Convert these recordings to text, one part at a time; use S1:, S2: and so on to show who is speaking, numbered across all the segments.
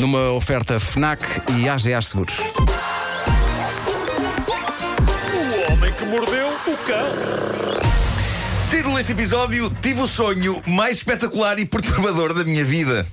S1: Numa oferta FNAC e AGA Seguros.
S2: O homem que mordeu o cão.
S3: Título deste episódio: Tive o sonho mais espetacular e perturbador da minha vida.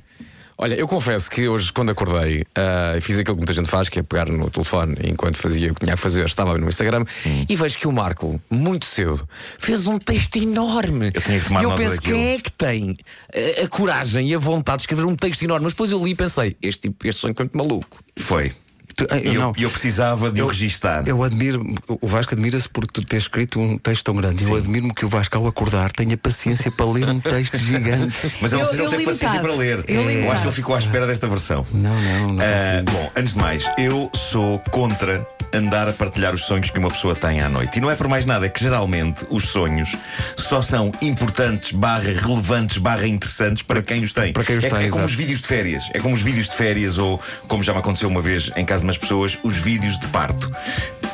S4: Olha, eu confesso que hoje, quando acordei, ah, fiz aquilo que muita gente faz, que é pegar no telefone e enquanto fazia o que tinha a fazer, estava no Instagram
S3: Hum.
S4: e vejo que o Marco, muito cedo, fez um texto enorme.
S3: Eu tinha que tomar
S4: e eu
S3: nota
S4: penso,
S3: daquilo.
S4: quem é que tem ah, a, a coragem e a vontade de escrever um texto enorme? Mas depois eu li e pensei, este, tipo, este sonho foi muito maluco.
S3: Foi.
S1: Tu- ah,
S3: E eu,
S1: não.
S3: e eu precisava de o
S1: Eu-
S3: registar.
S1: Eu admiro, o Vasco admira-se por tu ter escrito um texto tão grande. Eu admiro-me que o Vasco, ao acordar, tenha paciência para ler um texto gigante.
S3: Mas eu não
S5: Eu-
S3: sei se ele
S5: eu
S3: teve paciência para
S5: limitado.
S3: ler.
S5: Eu
S3: eu acho
S5: limitado.
S3: que ele ficou à espera desta versão.
S1: Não, não, é assim? não.
S3: Ah, bom, antes de mais, eu sou contra andar a partilhar os sonhos que uma pessoa tem à noite. E não é por mais nada, é que geralmente os sonhos só são importantes, barra relevantes, barra interessantes para quem os tem.
S1: Para quem os
S3: é,
S1: tem,
S3: é como
S1: exato.
S3: os vídeos de férias. É como os vídeos de férias ou, como já me aconteceu uma vez em casa de umas pessoas, os vídeos de parto.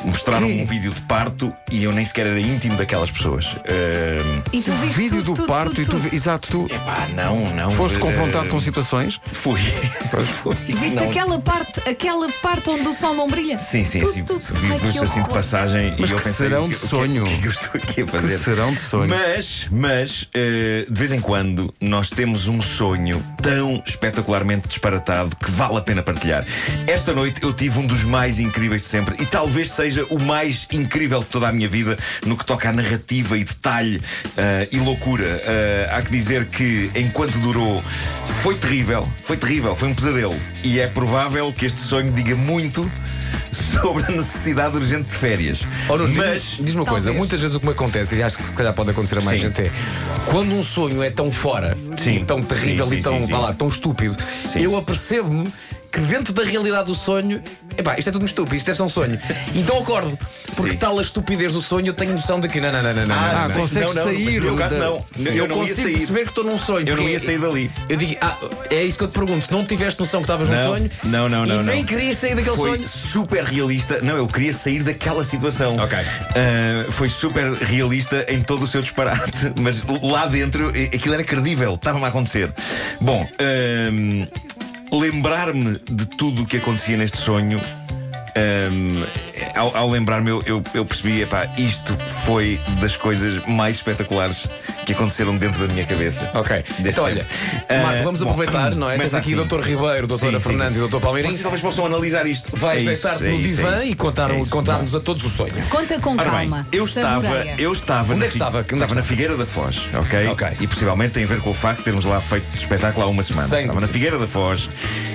S3: Mostraram um vídeo de parto e eu nem sequer era íntimo daquelas pessoas. Ah,
S5: E tu viste
S1: Vídeo
S5: tudo,
S1: do
S5: tudo,
S1: parto
S5: tudo,
S1: e tu.
S5: tudo.
S1: Exato, tu
S3: epá, não, não.
S1: foste
S3: ah,
S1: confrontado com situações.
S3: Fui. Fui.
S5: Viste
S3: Não,
S5: aquela parte, aquela parte onde o sol não brilha?
S3: Sim, sim,
S5: tudo,
S3: sim.
S5: Tudo. Ai,
S3: Vivo
S5: que
S3: isso assim de
S5: horror.
S3: passagem
S1: Mas
S3: e eu
S1: que
S3: pensei.
S1: serão
S3: o
S1: de
S3: que- o que-
S1: sonho.
S3: O que, é que eu estou aqui a fazer?
S1: serão de sonho.
S3: Mas, mas, eh, de vez em quando, nós temos um sonho tão espetacularmente disparatado que vale a pena partilhar. Esta noite eu tive um dos mais incríveis de sempre e talvez seja o mais incrível de toda a minha vida no que toca à narrativa e detalhe eh, e loucura. Eh, há que dizer que, enquanto durou, foi terrível, foi terrível, foi um pesadelo. E é provável que este sonho diga muito sobre a necessidade urgente de férias.
S4: Oh, Nuno,
S3: Mas
S4: diz-me diz uma coisa,
S5: Talvez.
S4: muitas vezes o que me acontece, e acho que se calhar pode acontecer a mais
S3: Sim.
S4: gente, é quando um sonho é tão fora,
S3: Sim.
S4: e tão terrível
S3: Sim, sim,
S4: e tão,
S3: sim, sim.
S4: vá lá, tão estúpido,
S3: Sim.
S4: eu apercebo-me que dentro da realidade do sonho, epá, isto é tudo estúpido, isto é só um sonho. Então acordo, porque
S3: Sim.
S4: tal a estupidez do sonho, eu tenho noção de que não, não, não, não, não.
S3: Ah,
S4: não,
S1: Ah,
S4: não.
S3: mas-
S1: consegues
S3: não, não, mas
S1: sair.
S3: no meu caso
S1: da-
S3: não.
S4: Eu,
S3: eu não ia
S4: consigo
S3: sair.
S4: perceber que é estou num sonho.
S3: Eu não
S4: porque
S3: ia sair dali.
S4: Eu digo, ah, é isso que eu te pergunto. Não tiveste noção que estavas num
S3: Não,
S4: sonho?
S3: não, não,
S4: e
S3: não,
S4: Nem
S3: não.
S4: querias sair daquele
S3: foi
S4: sonho.
S3: super realista. Não, eu queria sair daquela situação.
S4: Ok.
S3: Ah, foi super realista em todo o seu disparate, mas lá dentro eh, aquilo era credível, estava-me a acontecer. Bom, ahm, lembrar-me de tudo o que acontecia neste sonho. ahm, ao, ao lembrar-me, eu, eu, eu percebi, epá, isto foi das coisas mais espetaculares que aconteceram dentro da minha cabeça.
S4: Ok,
S3: Deste
S4: então olha,
S3: sempre. Ah,
S4: Marco, vamos
S3: bom,
S4: aproveitar, não é? Tens
S3: começa
S4: aqui o
S3: assim.
S4: Dr. Ribeiro,
S3: Sim,
S4: Doutora
S3: sim,
S4: Fernandes
S3: sim.
S4: e o Dr. Palmeirinho.
S3: Vocês talvez possam analisar isto.
S4: Vais
S3: É isso,
S4: deitar-te
S3: é
S4: no
S3: isso, é
S4: divã
S3: isso.
S4: e contar-
S3: É
S4: contar-nos
S3: isso.
S4: a todos o sonho.
S5: Conta com
S3: Ora bem,
S5: calma.
S3: eu estava,
S5: saboreia.
S3: eu estava,
S4: Onde
S3: na
S4: é que
S3: Fi-
S4: estava? Onde é que
S3: estava na
S4: estava?
S3: Figueira da Foz, ok?
S4: Ok.
S3: E possivelmente tem a ver com o facto de termos lá feito espetáculo há uma semana.
S4: Sem
S3: estava na
S4: dúvida.
S3: Figueira da Foz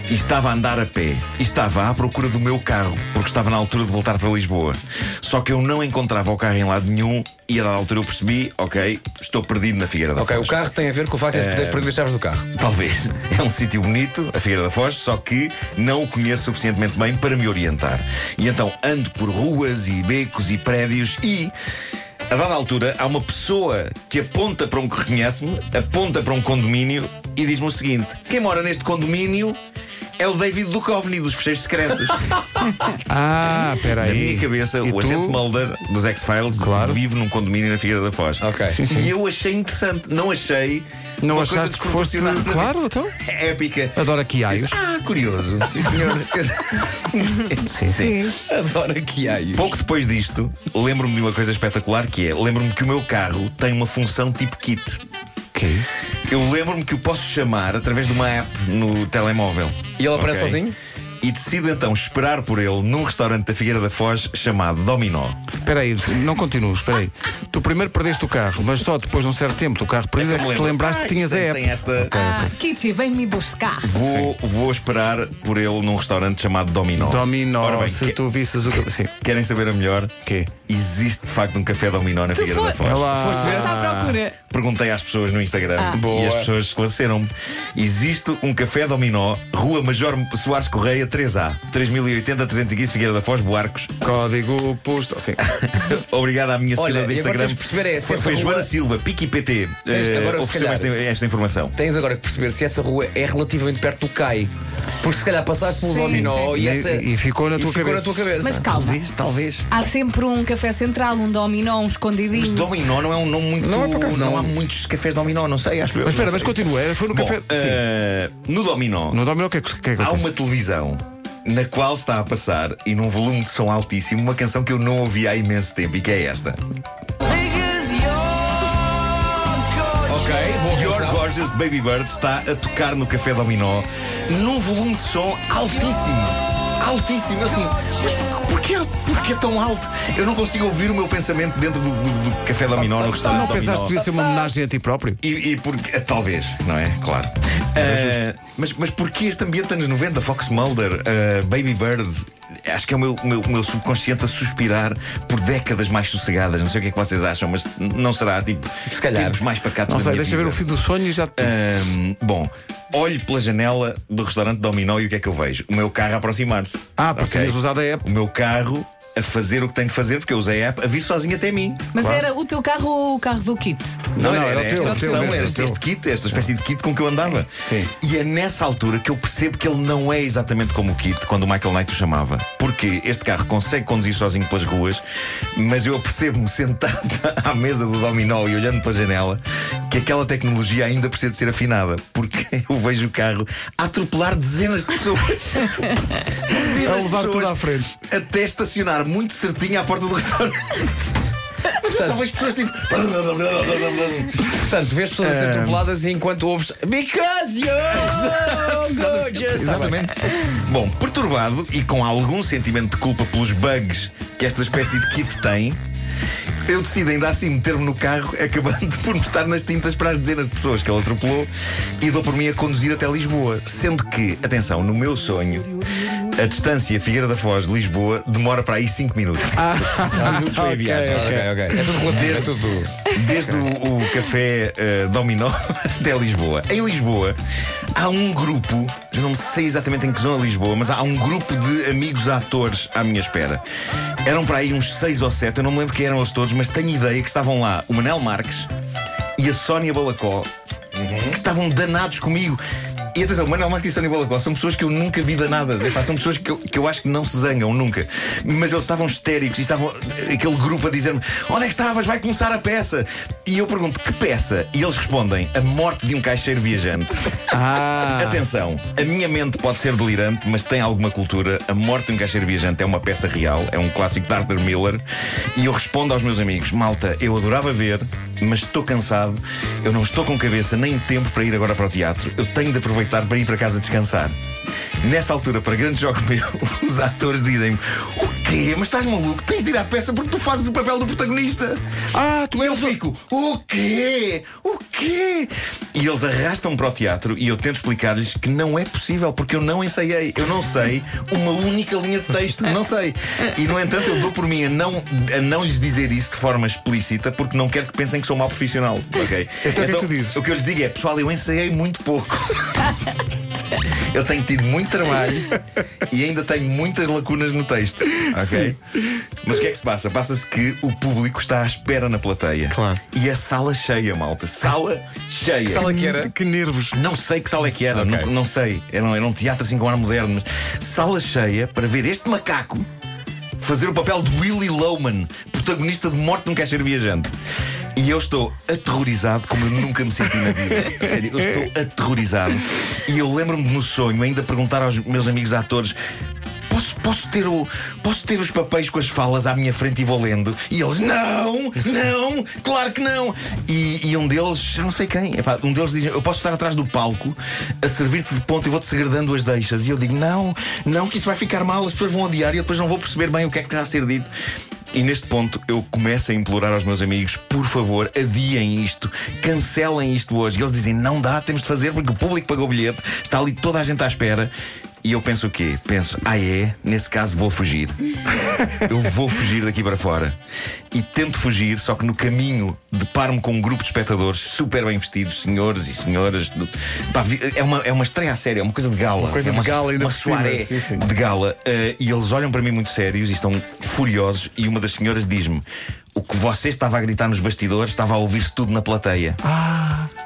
S3: e estava a andar a pé. E estava à procura do meu carro, porque estava na altura de voltar para Lisboa. Só que eu não encontrava o carro em lado nenhum e a dada altura eu percebi, ok, estou perdido na Figueira da
S4: Ok,
S3: Foz.
S4: o carro tem a ver com o facto
S1: É.
S4: de teres perdido as chaves do carro.
S3: Talvez. É um sítio bonito, a Figueira da Foz, só que não o conheço suficientemente bem para me orientar. E então ando por ruas e becos e prédios e. A dada altura, há uma pessoa que aponta para um que reconhece-me, aponta para um condomínio e diz-me o seguinte: quem mora neste condomínio é o David Duchovny dos Fecheiros Secretos.
S1: Ah,
S3: Na
S1: peraí.
S3: minha cabeça,
S1: E
S3: o
S1: tu?
S3: agente Mulder dos X-Files
S1: Claro.
S3: vive num condomínio na Figueira da Foz.
S4: Ok. Sim,
S3: E eu achei interessante. Não achei.
S1: Não
S3: uma
S1: achaste
S3: coisa
S1: que foste.
S3: desproporcionada.
S1: Claro, então.
S3: É Épica.
S1: Adoro aqui aios.
S3: Ah, curioso. Sim, senhor. sim, sim.
S4: Adoro que há isso.
S3: Pouco depois disto, lembro-me de uma coisa espetacular que é: lembro-me que o meu carro tem uma função tipo kit.
S1: Ok.
S3: Eu lembro-me que o posso chamar através de uma app no telemóvel.
S4: E ele aparece
S3: Ok?
S4: sozinho?
S3: E decido então esperar por ele num restaurante da Figueira da Foz chamado Dominó.
S1: Espera aí, não continues, espera aí. Tu primeiro perdeste o carro, mas só depois de um certo tempo do carro perdido é que te lembraste que tinhas a
S3: esta.
S1: app.
S3: Tem esta...
S5: Ah, Kitty, vem-me buscar.
S3: Vou, vou esperar por ele num restaurante chamado Dominó. Ora
S1: Dominó,
S3: bem,
S1: se
S3: que-
S1: tu visses o. que- Sim.
S3: Querem saber a melhor? é,
S1: Quê?
S3: Existe de facto um café Dominó na Figueira da
S5: foi-
S3: Foz.
S1: Olá.
S4: Foste ver?
S5: Está à procura.
S3: Perguntei às pessoas no Instagram
S4: Boa.
S3: e as pessoas esclareceram-me. Existe um café dominó, Rua Major Soares Correia 3A, 3080 315 Figueira da Foz, Boarcos.
S1: Código posto. Sim.
S3: Obrigado à minha
S4: Olha,
S3: senhora de
S4: e agora
S3: Instagram.
S4: tens de perceber, é, se
S3: foi
S4: essa
S3: foi
S4: rua-
S3: Joana Silva, PicPT,
S4: Tens-
S3: eh,
S4: agora, se
S3: ofereceu esta,
S4: calhar-
S3: esta informação.
S4: Tens agora que perceber se essa rua é relativamente perto do CAI. Porque se calhar passaste pelo
S5: Sim,
S4: dominó
S1: sim.
S4: e
S1: E-
S4: essa.
S1: e ficou na tua
S4: ficou
S1: cabeça.
S4: na tua cabeça.
S5: Mas calma,
S1: Talvez, talvez.
S5: há sempre um café central, um dominó, um
S3: Mas
S5: escondidinho.
S3: Dominó não é um nome muito.
S1: Não é por acaso, não.
S3: há muitos cafés Dominó, não sei, acho eu.
S1: Mas espera,
S3: não
S1: mas
S3: sei.
S1: continua. era- Foi no
S3: Bom,
S1: café. Sim.
S3: eh, no Dominó,
S1: No Domino, o que é que, o que é que
S3: há
S1: acontece?
S3: uma televisão na qual está a passar, e num volume de som altíssimo, uma canção que eu não ouvi há imenso tempo e que é esta:
S4: Ok, bom
S3: Your
S4: razão.
S3: Gorgeous Baby Bird está a tocar no Café Dominó num volume de som altíssimo. Altíssimo, Eu assim, mas por- porquê, porquê tão alto? Eu não consigo ouvir o meu pensamento dentro do, do- do Café Dominó no restaurante
S1: Ah, Não
S3: Ah, Dominó.
S1: pensaste que podia ser uma homenagem a ti próprio?
S3: E, e porque. Talvez, não é? Claro. Eh, mas, mas porquê este ambiente anos 90? Fox Mulder, eh, Baby Bird. Acho que é o meu, o meu- o meu subconsciente a suspirar por décadas mais sossegadas. Não sei o que é que vocês acham, mas não será tipo.
S4: Se calhar.
S3: Tempos mais pacatos
S1: Não
S3: da
S1: sei,
S3: minha
S1: deixa ver
S3: vida.
S1: o fim do sonho e já te.
S3: É. Ahm, bom, olho pela janela do restaurante Dominó e o que é que eu vejo? O meu carro a aproximar-se.
S1: Ah, porque
S3: Ok?
S1: tinhas usado a app.
S3: O meu carro a fazer o que tem de fazer, porque eu usei a app, a vir sozinho até mim.
S5: Mas era o teu carro ou o carro do kit?
S1: Não, não, era o teu,
S3: esta
S1: o teu
S3: versão,
S1: mesmo,
S3: era
S1: o
S3: este,
S1: teu.
S3: este kit, esta espécie de kit com que eu andava.
S1: Sim.
S3: E é nessa altura que eu percebo que ele não é exatamente como o kit, quando o Michael Knight o chamava. Porque este carro consegue conduzir sozinho pelas ruas, mas eu percebo-me sentado à mesa do dominó e olhando pela janela que aquela tecnologia ainda precisa de ser afinada. Porque eu vejo o carro a atropelar dezenas de pessoas. dezenas
S1: A levar
S3: de pessoas
S1: tudo à frente.
S3: Até estacionar muito certinho à porta do restaurante. Mas eu só vejo pessoas tipo.
S4: Portanto, vês pessoas a ser atropeladas e enquanto ouves Because you're gorgeous.
S3: Tá
S4: Tá
S3: Exatamente. Bom, perturbado e com algum sentimento de culpa pelos bugs que esta espécie de kit tem, eu decido ainda assim meter-me no carro, acabando por me estar nas tintas para as dezenas de pessoas que ele atropelou e dou por mim a conduzir até Lisboa. Sendo que, atenção, no meu sonho, a distância Figueira da Foz de Lisboa demora para aí 5 minutos. Ah, minutos foi a viagem.
S4: Ok, ok. É tudo relativo, é tudo.
S3: Desde o, o café eh, Dominó até Lisboa. Em Lisboa há um grupo, eu não sei exatamente em que zona de Lisboa, mas há um grupo de amigos atores à minha espera. Eram para aí uns seis ou sete, eu não me lembro quem eram eles todos, mas tenho ideia que estavam lá o Manel Marques e a Sónia Balacó, que estavam danados comigo. E atenção, Manuel Marques e Sónia Balacó são pessoas que eu nunca vi danadas. Epá, são pessoas que eu, que eu acho que não se zangam nunca. Mas eles estavam histéricos e estavam eh, aquele grupo a dizer-me: Onde é que estavas? Vai começar a peça. E eu pergunto: Que peça? E eles respondem: A morte de um caixeiro viajante.
S1: Ah,
S3: Atenção, a minha mente pode ser delirante, mas tem alguma cultura. A Morte de um Caixeiro Viajante é uma peça real, é um clássico de Arthur Miller. E eu respondo aos meus amigos: Malta, eu adorava ver, mas estou cansado, eu não estou com cabeça nem tempo para ir agora para o teatro. Eu tenho de aproveitar para ir para casa descansar. Nessa altura, para grande jogo meu, os atores dizem-me: O quê? Mas estás maluco? Tens de ir à peça porque tu fazes o papel do protagonista.
S1: Ah, tu
S3: E eu fico, o quê? O quê? E eles arrastam-me para o teatro e eu tento explicar-lhes que não é possível, porque eu não ensaiei. Eu não sei uma única linha de texto, não sei. E no entanto, eu dou por mim a não, a não lhes dizer isso de forma explícita, porque não quero que pensem que sou mau profissional. Ok?
S1: Então o que é que tu dizes?
S3: O que eu lhes digo é, pessoal, eu ensaiei muito pouco. Eu tenho tido muito trabalho e ainda tenho muitas lacunas no texto. Ok? Mas o que é que se passa? Passa-se que o público está à espera na plateia.
S1: Claro.
S3: E a sala cheia, malta. Sala cheia.
S4: sala que era?
S1: que nervos.
S3: Não sei que sala é que era,
S4: Ok.
S3: não, não sei. Era um, era um teatro assim com ar moderno, mas sala cheia para ver este macaco fazer o papel de Willy Loman, protagonista de Morte num Caixeiro Viajante. E eu estou aterrorizado como eu nunca me senti na vida. A Sério, eu estou aterrorizado. E eu lembro-me de, no sonho ainda perguntar aos meus amigos atores. Posso, posso, ter o, posso ter os papéis com as falas à minha frente e vou lendo? E eles, não, não, claro que não. E, e um deles, eu não sei quem, epá, um deles diz: Eu posso estar atrás do palco a servir-te de ponto e vou-te segredando as deixas. E eu digo: Não, não, que isso vai ficar mal, as pessoas vão odiar e eu depois não vou perceber bem o que é que está a ser dito. E neste ponto eu começo a implorar aos meus amigos: por favor, adiem isto, cancelem isto hoje. E eles dizem: não dá, temos de fazer porque o público pagou o bilhete, está ali toda a gente à espera. E eu penso o quê? Penso, ah é, nesse caso vou fugir. eu vou fugir daqui para fora. E tento fugir, só que no caminho deparo-me com um grupo de espectadores super bem vestidos, senhores e senhoras. do- Pá, vi- é, uma, é uma estreia a sério, é uma coisa de gala. Uma
S1: coisa
S3: é
S1: de gala ainda
S3: uma
S1: por cima,
S3: soirée
S1: sim, sim.
S3: de gala. eh, e eles olham para mim muito sérios e estão furiosos. E uma das senhoras diz-me: O que você estava a gritar nos bastidores estava a ouvir-se tudo na plateia.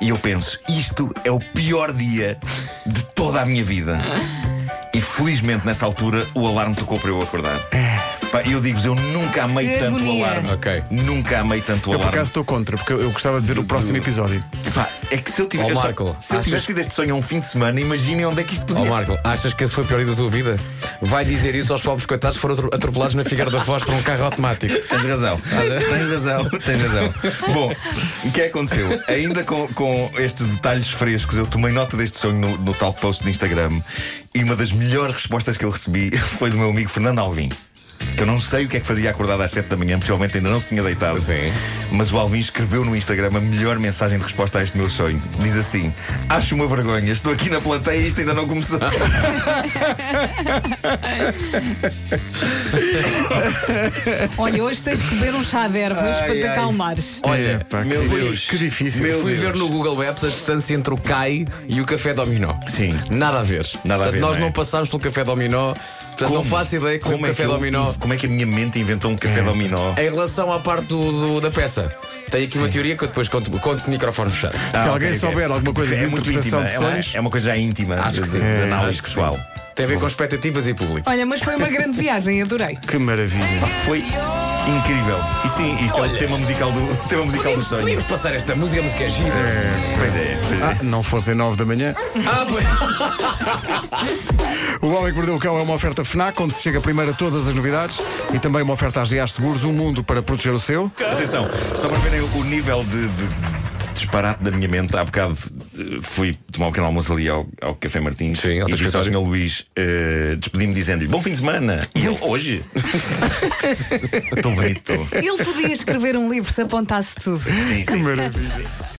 S3: E eu penso, isto é o pior dia de toda a minha vida. E felizmente nessa altura o alarme tocou para eu acordar. Pá, eu digo-vos, eu nunca amei
S5: Que
S3: tanto o
S5: agonia.
S3: alarme.
S4: É. Ok.
S3: Nunca amei tanto o
S1: Eu por
S3: alarme.
S1: acaso estou contra, porque eu eu gostava de ver o próximo episódio.
S3: Pá, é que se eu tivesse.
S4: Ó,
S3: eu só-
S4: Marco,
S3: se eu
S4: achas-
S3: tivesse tido este sonho a um fim de semana, imaginem onde é que isto
S4: Ó
S3: podia
S4: Marco, achas que esse foi o pior dia da tua vida? Vai dizer isso aos pobres coitados que foram atro- atropelados na Figueira da Foz por um carro automático.
S1: É,
S3: Tens razão, tens razão, tens razão. Bom, o que é que aconteceu? Ainda com, com estes detalhes frescos, eu tomei nota deste sonho no, no tal post de Instagram e uma das melhores respostas que eu recebi foi do meu amigo Fernando Alvim. Que eu não sei o que é que fazia acordado às 7 da manhã, possivelmente ainda não se tinha deitado.
S4: Sim.
S3: Mas o Alvin escreveu no Instagram a melhor mensagem de resposta a este meu sonho. Diz assim: Acho uma vergonha, estou aqui na plateia e isto ainda não começou.
S5: Olha, hoje tens que beber um chá de ervas
S3: Ai,
S5: para te
S3: ai.
S5: acalmares.
S4: Olha,
S1: Epá,
S3: meu
S1: que,
S3: Deus.
S1: que difícil.
S3: Meu
S4: fui
S3: Deus.
S4: ver no Google Maps a distância entre o CAI e o Café Dominó.
S3: Sim.
S4: Nada a ver.
S3: Nada a
S4: Portanto,
S3: ver,
S4: Nós
S3: não é?
S4: não passámos pelo Café Dominó. Portanto, não faço ideia como, o
S3: é
S4: Café
S3: que eu-
S4: Dominó. É.
S3: Como é que a minha mente inventou um café dominó?
S4: Em relação à parte do- do- da peça, tenho aqui uma teoria que eu depois conto, conto de microfone fechado.
S1: Se
S3: Ah,
S1: alguém
S3: ok, ok.
S1: souber alguma coisa de
S3: muito
S1: interpretação
S3: íntima,
S1: de
S3: é uma-
S1: sonhos.
S3: É uma coisa íntima
S4: Acho que
S3: de,
S4: sim.
S3: de
S4: É,
S3: análise
S4: acho que
S3: sexual.
S4: Tem a ver com expectativas e público.
S5: Olha, mas foi uma grande viagem, adorei.
S1: Que maravilha.
S3: Foi incrível. E sim, isto é
S4: Olha.
S3: o tema musical do, o tema musical do
S4: Podíamos,
S3: sonho.
S4: podíamos passar esta música, a música é gira.
S3: Pois é, pois é.
S1: Ah, não fossem nove da manhã.
S4: Ah, pois.
S1: O Homem que Mordeu o Cão é uma oferta FNAC, onde se chega primeiro a todas as novidades e também uma oferta às GAs Seguros, um mundo para proteger o seu.
S3: Atenção, só para verem o nível de, de- de- de disparate da minha mente, há bocado eh, fui tomar um pequeno almoço ali ao, ao Café Martins
S4: Sim, ao
S3: e
S4: teu
S3: disse ao
S4: escritório.
S3: Sr. Luís, eh, despedi-me dizendo-lhe bom fim de semana. E ele, hoje? Estou bem, estou.
S5: Ele podia escrever um livro se apontasse tudo.
S3: Sim, sim, sim.